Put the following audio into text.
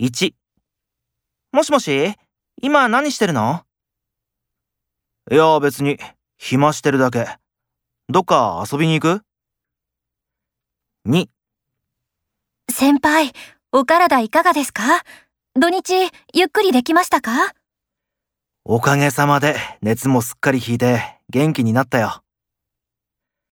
1もしもし今何してるのいや別に暇してるだけどっか遊びに行く ?2 先輩、お体いかがですか土日、ゆっくりできましたかおかげさまで熱もすっかり引いて元気になったよ